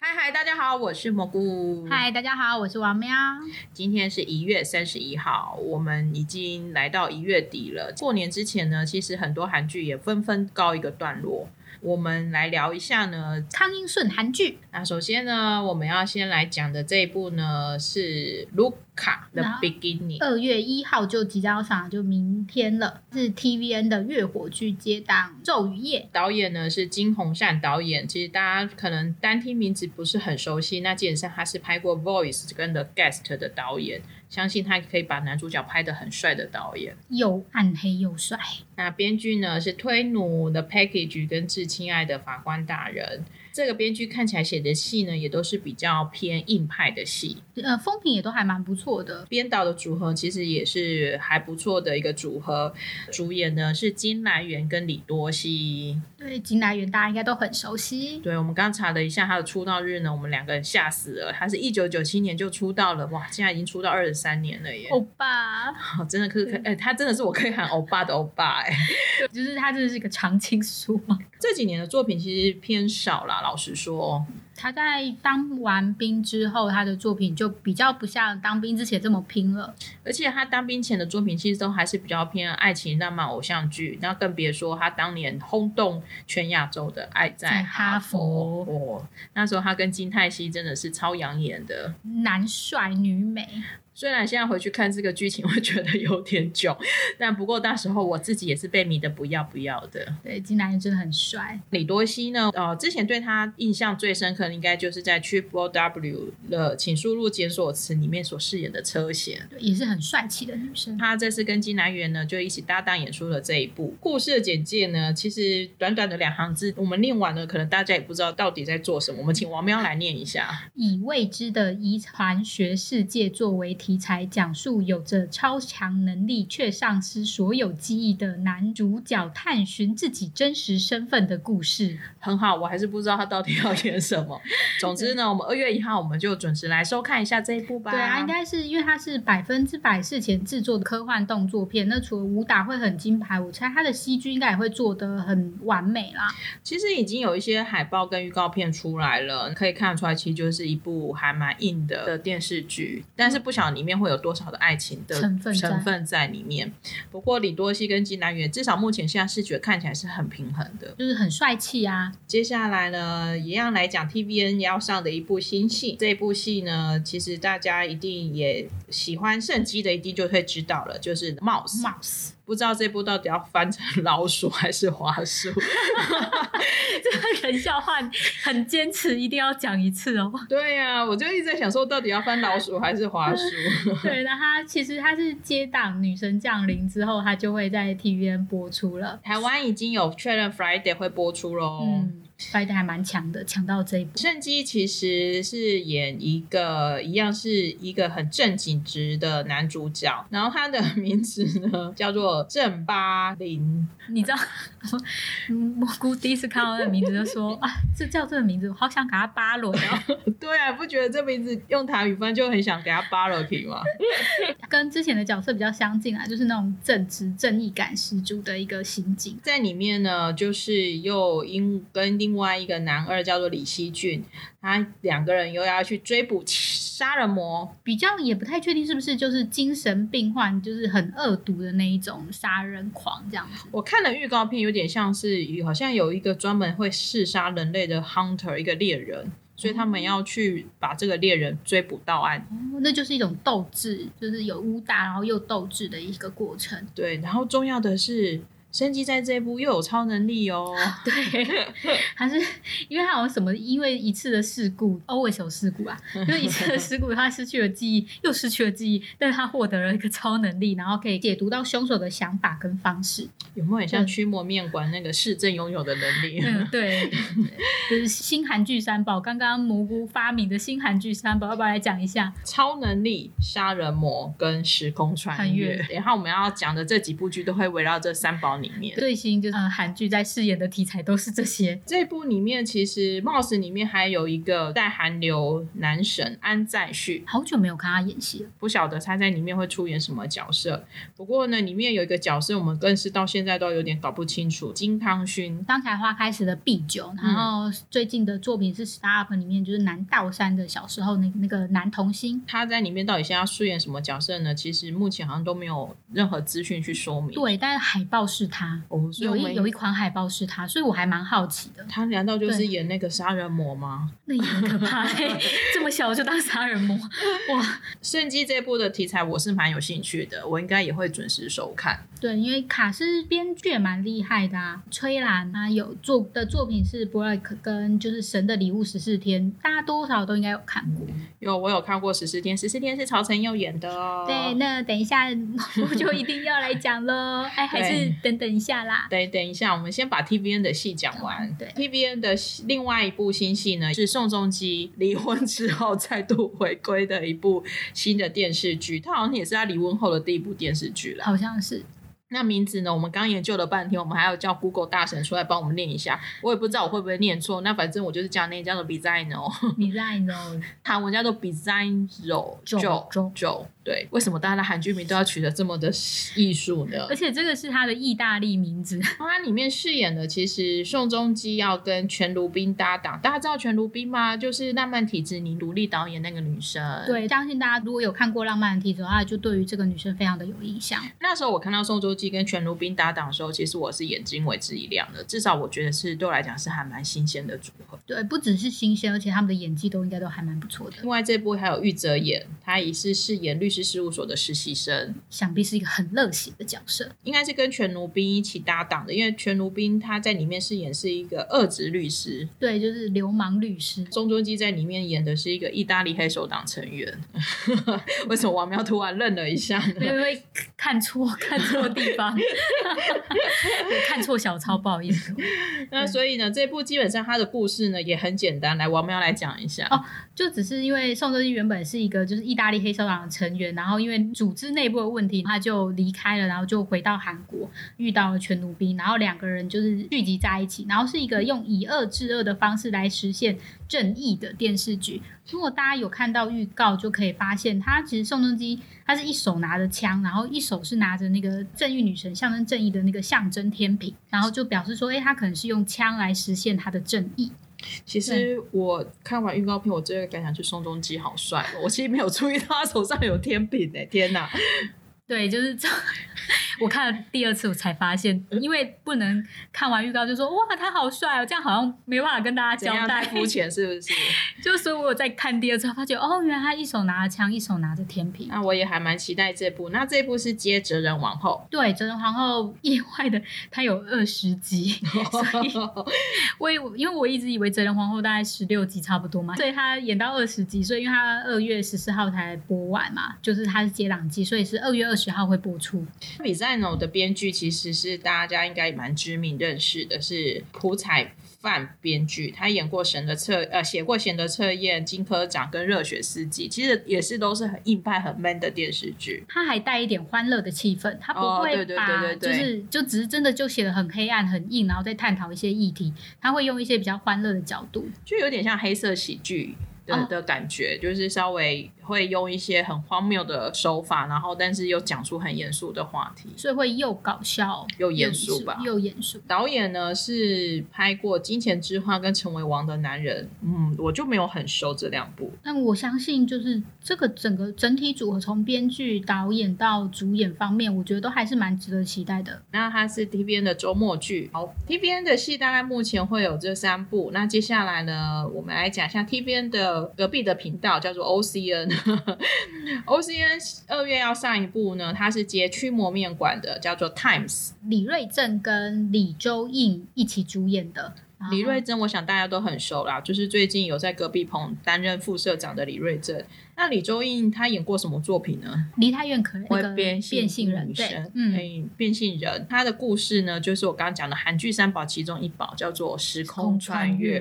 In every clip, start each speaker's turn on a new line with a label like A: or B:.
A: 嗨，大家好，我是蘑菇。，
B: 嗨，大家好，我是王喵。
A: 今天是一月三十一号，我们已经来到一月底了。过年之前呢，其实很多韩剧也纷纷告一个段落。我们来聊一下呢。
B: 康英顺韩剧
A: 那首先呢，我们要先来讲的这一部呢是《卢卡的
B: 然后
A: Beginning》。
B: 二月一号就即将要上，就明天了，是 TVN 的月火剧接档《咒语夜
A: 导演呢是金宏善导演，其实大家可能单听名字不是很熟悉，那基本上他是拍过《Voice》跟《The Guest》的导演，相信他可以把男主角拍得很帅的导演。》，
B: 又暗黑又帅。
A: 那编剧呢是推努的 Package 跟致亲爱的法官大人。这个编剧看起来写的戏呢，也都是比较偏硬派的戏。
B: 呃，风评也都还蛮不错的。
A: 编导的组合其实也是还不错的一个组合，主演呢是金来源跟李多熙。
B: 对，金来源大家应该都很熟悉。
A: 对我们刚查了一下他的出道日呢，我们两个人吓死了。他是一九九七年就出道了，哇，现在已经出道二十三年了耶！
B: 欧巴，
A: 哦，真的可以可以，哎、他真的是我可以喊欧巴的欧巴哎、
B: 就是他，真的是个常青树。
A: 这几年的作品其实偏少啦，老实说。
B: 他在当完兵之后，他的作品就比较不像当兵之前这么拼了。
A: 而且他当兵前的作品其实都还是比较偏爱情浪漫偶像剧，那更别说他当年轰动全亚洲的《爱在
B: 在
A: 哈
B: 哈
A: 佛
B: 佛》
A: 哦，那时候他跟金泰熙真的是超养眼的。
B: 男帅女美，
A: 虽然现在回去看这个剧情会觉得有点囧，但不过那时候我自己也是被迷得不要不要的。
B: 对，金来源真的很帅。
A: 李多熙呢，呃，之前对他印象最深刻的应该就是在《Triple W》的《请输入检索词》里面所饰演的车贤。
B: 对也是很帅气的女生。
A: 他这次跟金南元呢就一起搭档演出了这一部故事的简介呢，其实短短的两行字，我们念完了，可能大家也不知道到底在做什么。我们请王喵来念一下。
B: 以未知的遗传学世界作为题材，讲述有着超强能力却丧失所有记忆的男主角探寻自己真实身份的故事。
A: 很好，我还是不知道他到底要演什么。总之呢，我们二月一号我们就准时来收看一下这一部吧。
B: 对啊，应该是因为它是百分之百事前制作的科幻动作片，那除了武打会很金牌，我猜它的 CG 应该也会做得很完美啦。
A: 其实已经有一些海报跟预告片出来了，可以看得出来，其实就是一部还蛮硬的的电视剧，但是不晓得里面会有多少的爱情的
B: 成分在
A: 成分在里面。不过李多熙跟金南元至少目前现在视觉看起来是很平衡的。
B: 就是很帅气啊！
A: 接下来呢，一样来讲 TVN 要上的一部新戏。这部戏呢，其实大家一定也喜欢圣基的，一定就会知道了，就是《Mouse》。
B: Mouse，
A: 不知道这部到底要翻成 老鼠还是滑鼠。
B: 这个冷笑话很坚持，一定要讲一次哦。
A: 对呀、我就一直在想说，到底要翻老鼠还是滑鼠？
B: 对，那他其实他是接档《女神降临》之后，他就会在 TVN 播出了。
A: 台湾已经有确认 Friday 会播出喽。
B: 嗯，拍的还蛮强的，强到这一部。
A: 圣基其实是演一个一样是一个很正经直的男主角，然后他的 名字呢叫做郑巴林，
B: 你知道，蘑菇第一次看到那个名字就说啊，这叫这个名字，我好想给他扒轮哦。
A: 对啊，不觉得这名字用台语翻就很想给他扒了皮吗？
B: 跟之前的角色比较相近啊，就是那种正直、正义感十足的一个刑警。
A: 在里面呢，就是又因跟另外一个男二叫做李希俊，他两个人又要去追捕杀人魔，
B: 比较也不太确定是不是就是精神病患，就是很恶毒的那一种杀人狂这样子。
A: 我看了预告片，有点像是好像有一个专门会嗜杀人类的 hunter，一个猎人，所以他们要去把这个猎人追捕到案。
B: 哦那就是一种斗志，就是有武打，然后又斗志的一个过程。
A: 对，然后重要的是，生机在这一部又有超能力哦。
B: 啊对，还是因为他好像什么，因为一次的事故，always 有事故啊，就是一次的事故，他失去了记忆，又失去了记忆，但是他获得了一个超能力，然后可以解读到凶手的想法跟方式。
A: 有没有很像
B: 嗯
A: 驱魔面馆那个市政拥有的能力？
B: 嗯，对，就是新韩剧三宝，刚刚蘑菇发明的新韩剧三宝，要不要来讲一下？
A: 超能力、杀人魔跟时空穿
B: 穿
A: 越
B: 越。
A: 然后我们要讲的这几部剧都会围绕这三宝况里面。
B: 最新就是嗯韩剧在饰演的题材都是这些，
A: 这部里面其实《Moss》里面还有一个在韩流男神安在旭，
B: 好久没有看他演戏了。
A: 不晓得他在里面会出演什么角色。不过呢，里面有一个角色我们更是到现在都有点搞不清楚，金康勋。
B: 刚才花开时的 B 九，然后最近的作品是《Star Up》里面就是南道山的小时候那那个男童星。
A: 他在里面到底现在要饰演什么角色呢？其实目前好像都没有任何资讯去说明。
B: 对，但是海报是他，
A: 哦，所以我
B: 有一
A: 们
B: 有一款海报是他，所以我还蛮好奇的。
A: 他难道就是
B: 对
A: 演那个杀人魔吗？
B: 那也很可 怕、欸，这么小就当杀人魔，哇！
A: 圣机这部的题材我是蛮有兴趣的，我应该也会准时收看。
B: 对，因为卡斯编剧也蛮厉害的啊，崔兰啊有做的作品是《Black》跟就是《神的礼物十四天》，大家多少都应该有看过。
A: 有我有看过《十四天》，《十四天》是曹承佑演的哦。
B: 对，那等一下我就一定要来讲喽，哎，还是等等一下啦。
A: 等等一下，我们先把 TVN 的戏讲完。
B: 对
A: ，TVN 的戏另外一部新戏呢，是宋仲基离婚之后再度回归的一部新的电视剧，它好像也是他离婚后的第一部电视剧啦。
B: 好像是
A: 那名字呢，我们刚研究了半天，我们还要叫 Google 大神出来帮我们念一下，我也不知道我会不会念错。那反正我就是这样念，叫做 Bizino，
B: 你在 呢，
A: 韩文叫做 Bizino
B: 咒
A: Jo，对，为什么大家的韩剧名都要取得这么的艺术呢？
B: 而且这个是他的意大利名 字，
A: 它里面饰演的其实宋仲基要跟全卢冰搭档，大家知道全卢冰吗？就是《浪漫体质》林独立导演那个女生。，
B: 对，相信大家如果有看过《浪漫的提子》的话，就对于这个女生非常的有印象。
A: 那时候我看到宋仲基跟全卢冰搭档的时候，其实我是眼睛为之一亮的，至少我觉得是对我来讲是还蛮新鲜的组合。
B: 对，不只是新鲜，而且他们的演技都应该都还蛮不错的
A: 另，外这部还有玉泽演，他也是饰演律师事务所的实习生，
B: 想必是一个很热血的角色。
A: 应该是跟全卢冰一起搭档的，因为全卢冰他在里面饰演是一个二职律师，
B: 对，就是流氓律师。
A: 宋仲基在里面演的是一个意大利黑手党成员， 为什么王喵突然愣了一下
B: 因
A: 呢？
B: 为看错看错地方， 对看错小抄，不好意思。
A: 那所以呢，这部基本上它的故事呢也很简单，来王喵来讲一下。
B: 哦就只是因为宋仲基原本是一个就是意大利黑手党的成员，然后因为组织内部的问题，他就离开了，然后就回到韩国，遇到了全奴兵，然后两个人就是聚集在一起，然后是一个用以恶制恶的方式来实现正义的电视剧。如果大家有看到预告，就可以发现他其实宋仲基他是一手拿着枪，然后一手是拿着那个正义女神象征正义的那个象征天平，然后就表示说，哎、他可能是用枪来实现他的正义。
A: 其实我看完预告片，我最个感想就是宋仲基好帅哦，我其实没有注意到他手上有天柄哎、天哪！
B: 对，就是这。 我看了第二次，我才发现，因为不能看完预告就说哇他好帅哦，这样好像没办法跟大家
A: 怎
B: 交
A: 样
B: 代
A: 太。肤浅是不是？
B: 就所以我有在看第二次，发觉哦，原来他一手拿着枪，一手拿着天平。
A: 那我也还蛮期待这部。那这部是接《哲人王后，
B: 对，真人皇后意外的，她有二十集，》所以 我以因为我一直以为真人皇后大概十六集差不多嘛，所以她演到二十集，所以因为她二月十四号才播完嘛，就是她是接档季，所以是二月二十号会播出。
A: 比赛呢，我的编剧其实是大家应该蛮知名认识的，是朴彩范编剧，他演过《神的测》呃，写过《贤的测验》《金科长》跟《热血司机》，其实也是都是很硬派、很 man 的电视剧。
B: 他还带一点欢乐的气氛，他不
A: 哦对
B: 会
A: 对
B: 把
A: 对对
B: 就
A: 对
B: 是就只是真的就写的很黑暗很硬，然后再探讨一些议题，他会用一些比较欢乐的角度。
A: 就有点像黑色喜剧的、
B: 哦
A: 的感觉，就是稍微会用一些很荒谬的手法，然后但是又讲出很严肃的话题。
B: 所以会又搞笑
A: 又严肃吧
B: 又严肃。
A: 导演呢是拍过《金钱之花》跟《成为王的男人》，嗯，我就没有很熟这两部。
B: 但我相信，就是这个整个整体组合，从编剧、导演到主演方面，我觉得都还是蛮值得期待的。
A: 那它是 TVN 的周末剧。好，TVN 的戏大概目前会有这三部。那接下来呢，我们来讲一下 TVN 的隔壁的频道，叫做 OCN。OCN 二月要上一部呢，它是接驱魔面馆的，叫做 Times。
B: 李瑞镇跟李周胤一起主演的，然后
A: 李瑞珍，我想大家都很熟啦，就是最近有在隔壁棚担任副社长的李瑞珍。那李周胤他演过什么作品呢？
B: 梨泰院可那
A: 会
B: 个
A: 变
B: 变性人，
A: 女
B: 对
A: 生，，
B: 嗯，
A: 哎，变性人，他的故事呢，就是我刚刚讲的韩剧三宝其中一宝，叫做《时空穿越》。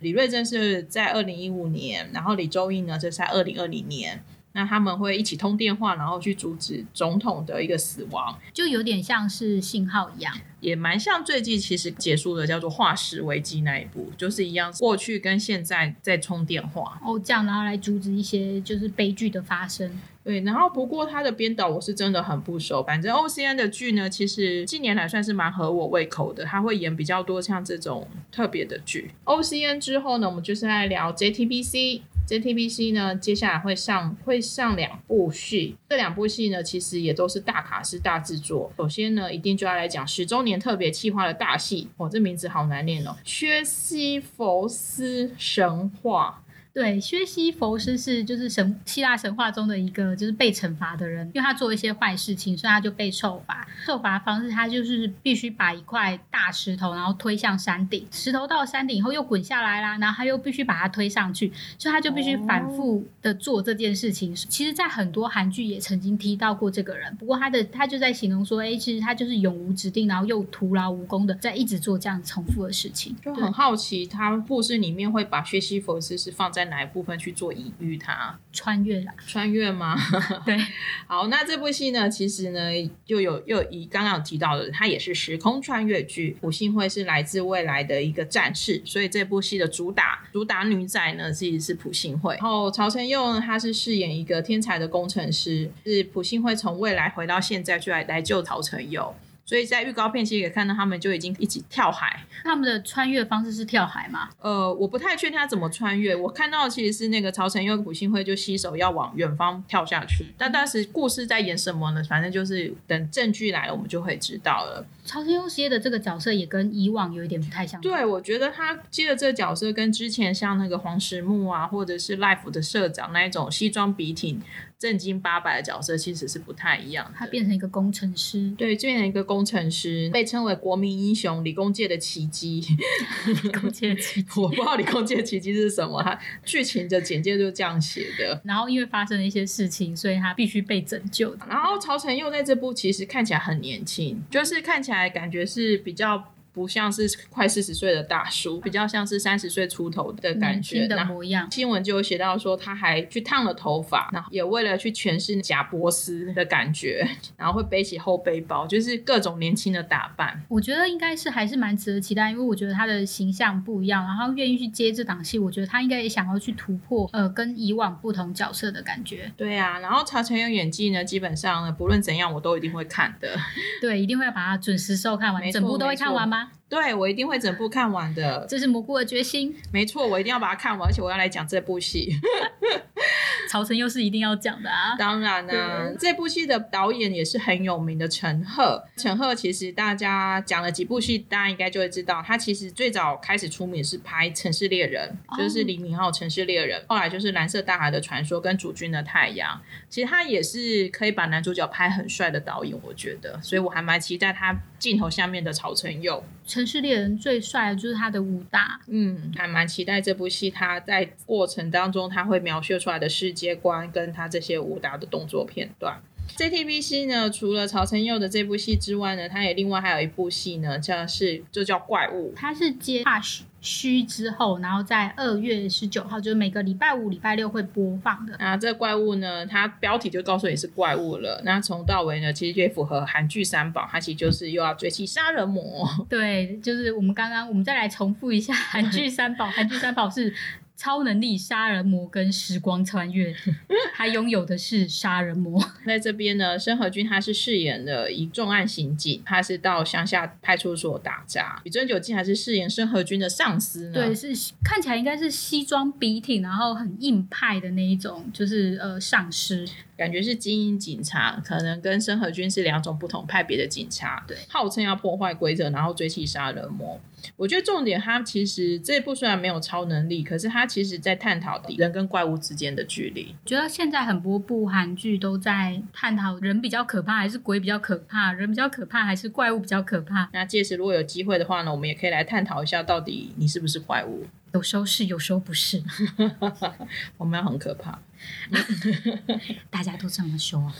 A: 李瑞珍是在二零一五年，然后李周胤呢，这是在二零二零年。那他们会一起通电话，然后去阻止总统的一个死亡，
B: 就有点像是信号一样。
A: 也蛮像最近其实结束的叫做化石危机那一部，就是一样过去跟现在在通电话。
B: 哦，这样然后来阻止一些就是悲剧的发生。
A: 对，然后不过他的编导我是真的很不熟，反正 O C N 的剧呢，其实近年来算是蛮合我胃口的，他会演比较多像这种特别的剧。O C N 之后呢，我们就是来聊 J T B C。JTBC 呢，接下来会上会上两部戏，这两部戏呢，其实也都是大卡司大制作。首先呢，一定就要来讲十周年特别企划的大戏，哦，这名字好难念哦，《薛西弗斯神话》。
B: 对，薛西弗斯是就是神希腊神话中的一个就是被惩罚的人，因为他做一些坏事情，所以他就被受罚。受罚的方式，他就是必须把一块大石头，然后推向山顶，石头到山顶以后又滚下来啦，然后他又必须把它推上去，所以他就必须
A: 哦
B: 反复的做这件事情。其实，在很多韩剧也曾经提到过这个人，不过他的他就在形容说，哎，其实他就是永无止境，然后又徒劳无功的在一直做这样重复的事情。
A: 就很好奇，他故事里面会把薛西弗斯是放在哪一部分去做隐喻他？
B: 穿越啦，
A: 穿越吗？
B: 对，
A: 好，那这部戏呢，其实呢，又有又以刚刚有提到的，它也是时空穿越剧，朴信惠是来自未来的一个战士，所以这部戏的主打主打女仔呢，其实是朴信惠。然后曹承佑呢，他是饰演一个天才的工程师，是朴信惠从未来回到现在，就来来救曹承佑。所以在预告片其实也看到他们就已经一起跳海。
B: 他们的穿越方式是跳海吗？
A: 呃，我不太确定他怎么穿越。我看到其实是那个曹承佑、朴信惠就携手要往远方跳下去。但当时故事在演什么呢？反正就是等证据来了，我们就会知道了。
B: 曹承佑接的这个角色也跟以往有一点不太相同。
A: 对，我觉得他接的这个角色跟之前像那个黄石木啊，或者是 Life 的社长那一种西装笔挺、正经八百的角色，其实是不太一样的。
B: 他变成一个工 程师，
A: 对，就变成一个工程师，被称为国民英雄、理工界的奇迹。
B: 工程师。
A: 我不知道理工界的奇迹是什么，它剧情的简介就这样写的。
B: 然后因为发生了一些事情，所以他必须被拯救。
A: 然后曹承佑在这部其实看起来很年轻，就是看起来感觉是比较。不像是快四十岁的大叔，比较像是三十岁出头的感
B: 年
A: 觉。
B: 轻的
A: 然后
B: 模样，
A: 新闻就有写到说，他还去烫了头发，然后也为了去诠释贾伯斯的感觉，然后会背起后背包，就是各种年轻的打扮。
B: 我觉得应该是还是蛮值得期待，因为我觉得他的形象不一样，然后愿意去接这档戏，我觉得他应该也想要去突破，呃，跟以往不同角色的感觉。
A: 对啊，然后曹承佑演技呢，基本上呢，不论怎样，我都一定会看的。
B: 对，一定会把它准时收看
A: 没错
B: 完，整部都会看完吗？
A: 对我一定会整部看完的。
B: 这是蘑菇的决心，
A: 没错，我一定要把它看完，而且我要来讲这部戏。
B: 曹承佑是一定要讲的啊。
A: 当然啦、
B: 对
A: 这部戏的导演也是很有名的陈赫。陈赫其实大家讲了几部戏，大家应该就会知道，他其实最早开始出名是拍《城市猎人》，
B: 哦
A: 就是李敏镐《城市猎人》，后来就是《蓝色大海的传说》跟《主君的太阳》。其实他也是可以把男主角拍很帅的导演，我觉得，所以我还蛮期待他镜头下面的曹承佑。
B: 《城市猎人》最帅的就是他的武打，
A: 嗯，还蛮期待这部戏，它在过程当中，它会描写出来的世界观，跟它这些武打的动作片段。JTBC 呢，除了曹承佑的这部戏之外呢，它也另外还有一部戏呢，叫是就叫《怪物》。
B: 他是接 Hush 虚之后，然后在二月十九号，就是每个礼拜五、礼拜六会播放的。
A: 那这怪物呢，它标题就告诉你是怪物了。那从到尾呢，其实也符合韩剧三宝，它其实就是又要追妻杀人魔。
B: 对，就是我们刚刚，我们再来重复一下韩剧三宝。韩剧三宝是超能力、杀人魔跟时光穿越，还拥有的是杀人魔。
A: 在这边呢，申河君他是饰演了一重案刑警，他是到乡下派出所打杂。宇真九竟还是饰演申河君的上司呢。
B: 对，是看起来应该是西装笔挺，然后很硬派的那一种，就是呃上司。
A: 感觉是精英警察，可能跟申河君是两种不同派别的警察，
B: 对，
A: 号称要破坏规则，然后追妻杀人魔。我觉得重点，他其实这一部虽然没有超能力，可是他其实在探讨人跟怪物之间的距离。
B: 觉得现在很多部韩剧都在探讨人比较可怕还是鬼比较可怕，人比较可怕还是怪物比较可怕。
A: 那届时如果有机会的话呢，我们也可以来探讨一下，到底你是不是怪物？
B: 有时候是，有时候不是，
A: 我们要很可怕。
B: 大家都这么说。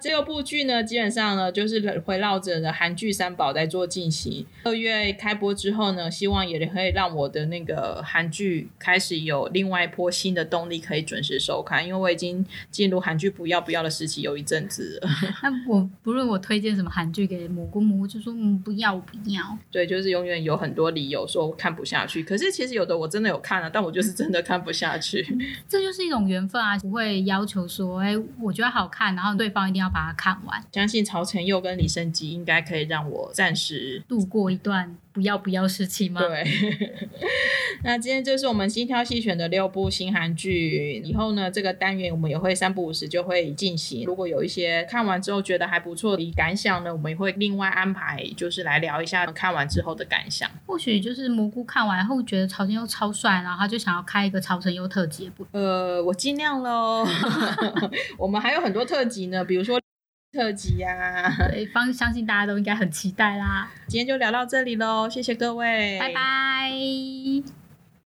A: 这六部剧呢，基本上呢就是围绕着呢韩剧三宝在做进行。二月开播之后呢，希望也可以让我的那个韩剧开始有另外一波新的动力，可以准时收看，因为我已经进入韩剧不要不要的时期有一阵子了。
B: 那我不论我推荐什么韩剧给蘑菇，蘑菇就说嗯不要我不要，
A: 对，就是永远有很多理由说我看不下去。可是其实有的我真的有看了、啊但我就是真的看不下去。
B: 这就是一种缘分啊，不会要求说哎我觉得好看，然后对方一定要把它看完，
A: 相信曹承佑跟李生基应该可以让我暂时
B: 度过一段不要不要时期吗？
A: 对， 那今天就是我们精挑细选的六部新韩剧。以后呢，这个单元我们也会三不五时就会进行。如果有一些看完之后觉得还不错的感想呢，我们也会另外安排，就是来聊一下看完之后的感想。
B: 或许就是蘑菇看完后觉得曹承佑超帅，然后他就想要开一个曹承佑特辑也不
A: 呃，我尽量喽。 我们还有很多特辑啊 呢，比如说特辑呀、
B: 对，方相信大家都应该很期待啦，
A: 今天就聊到这里喽，谢谢各位，
B: 拜拜。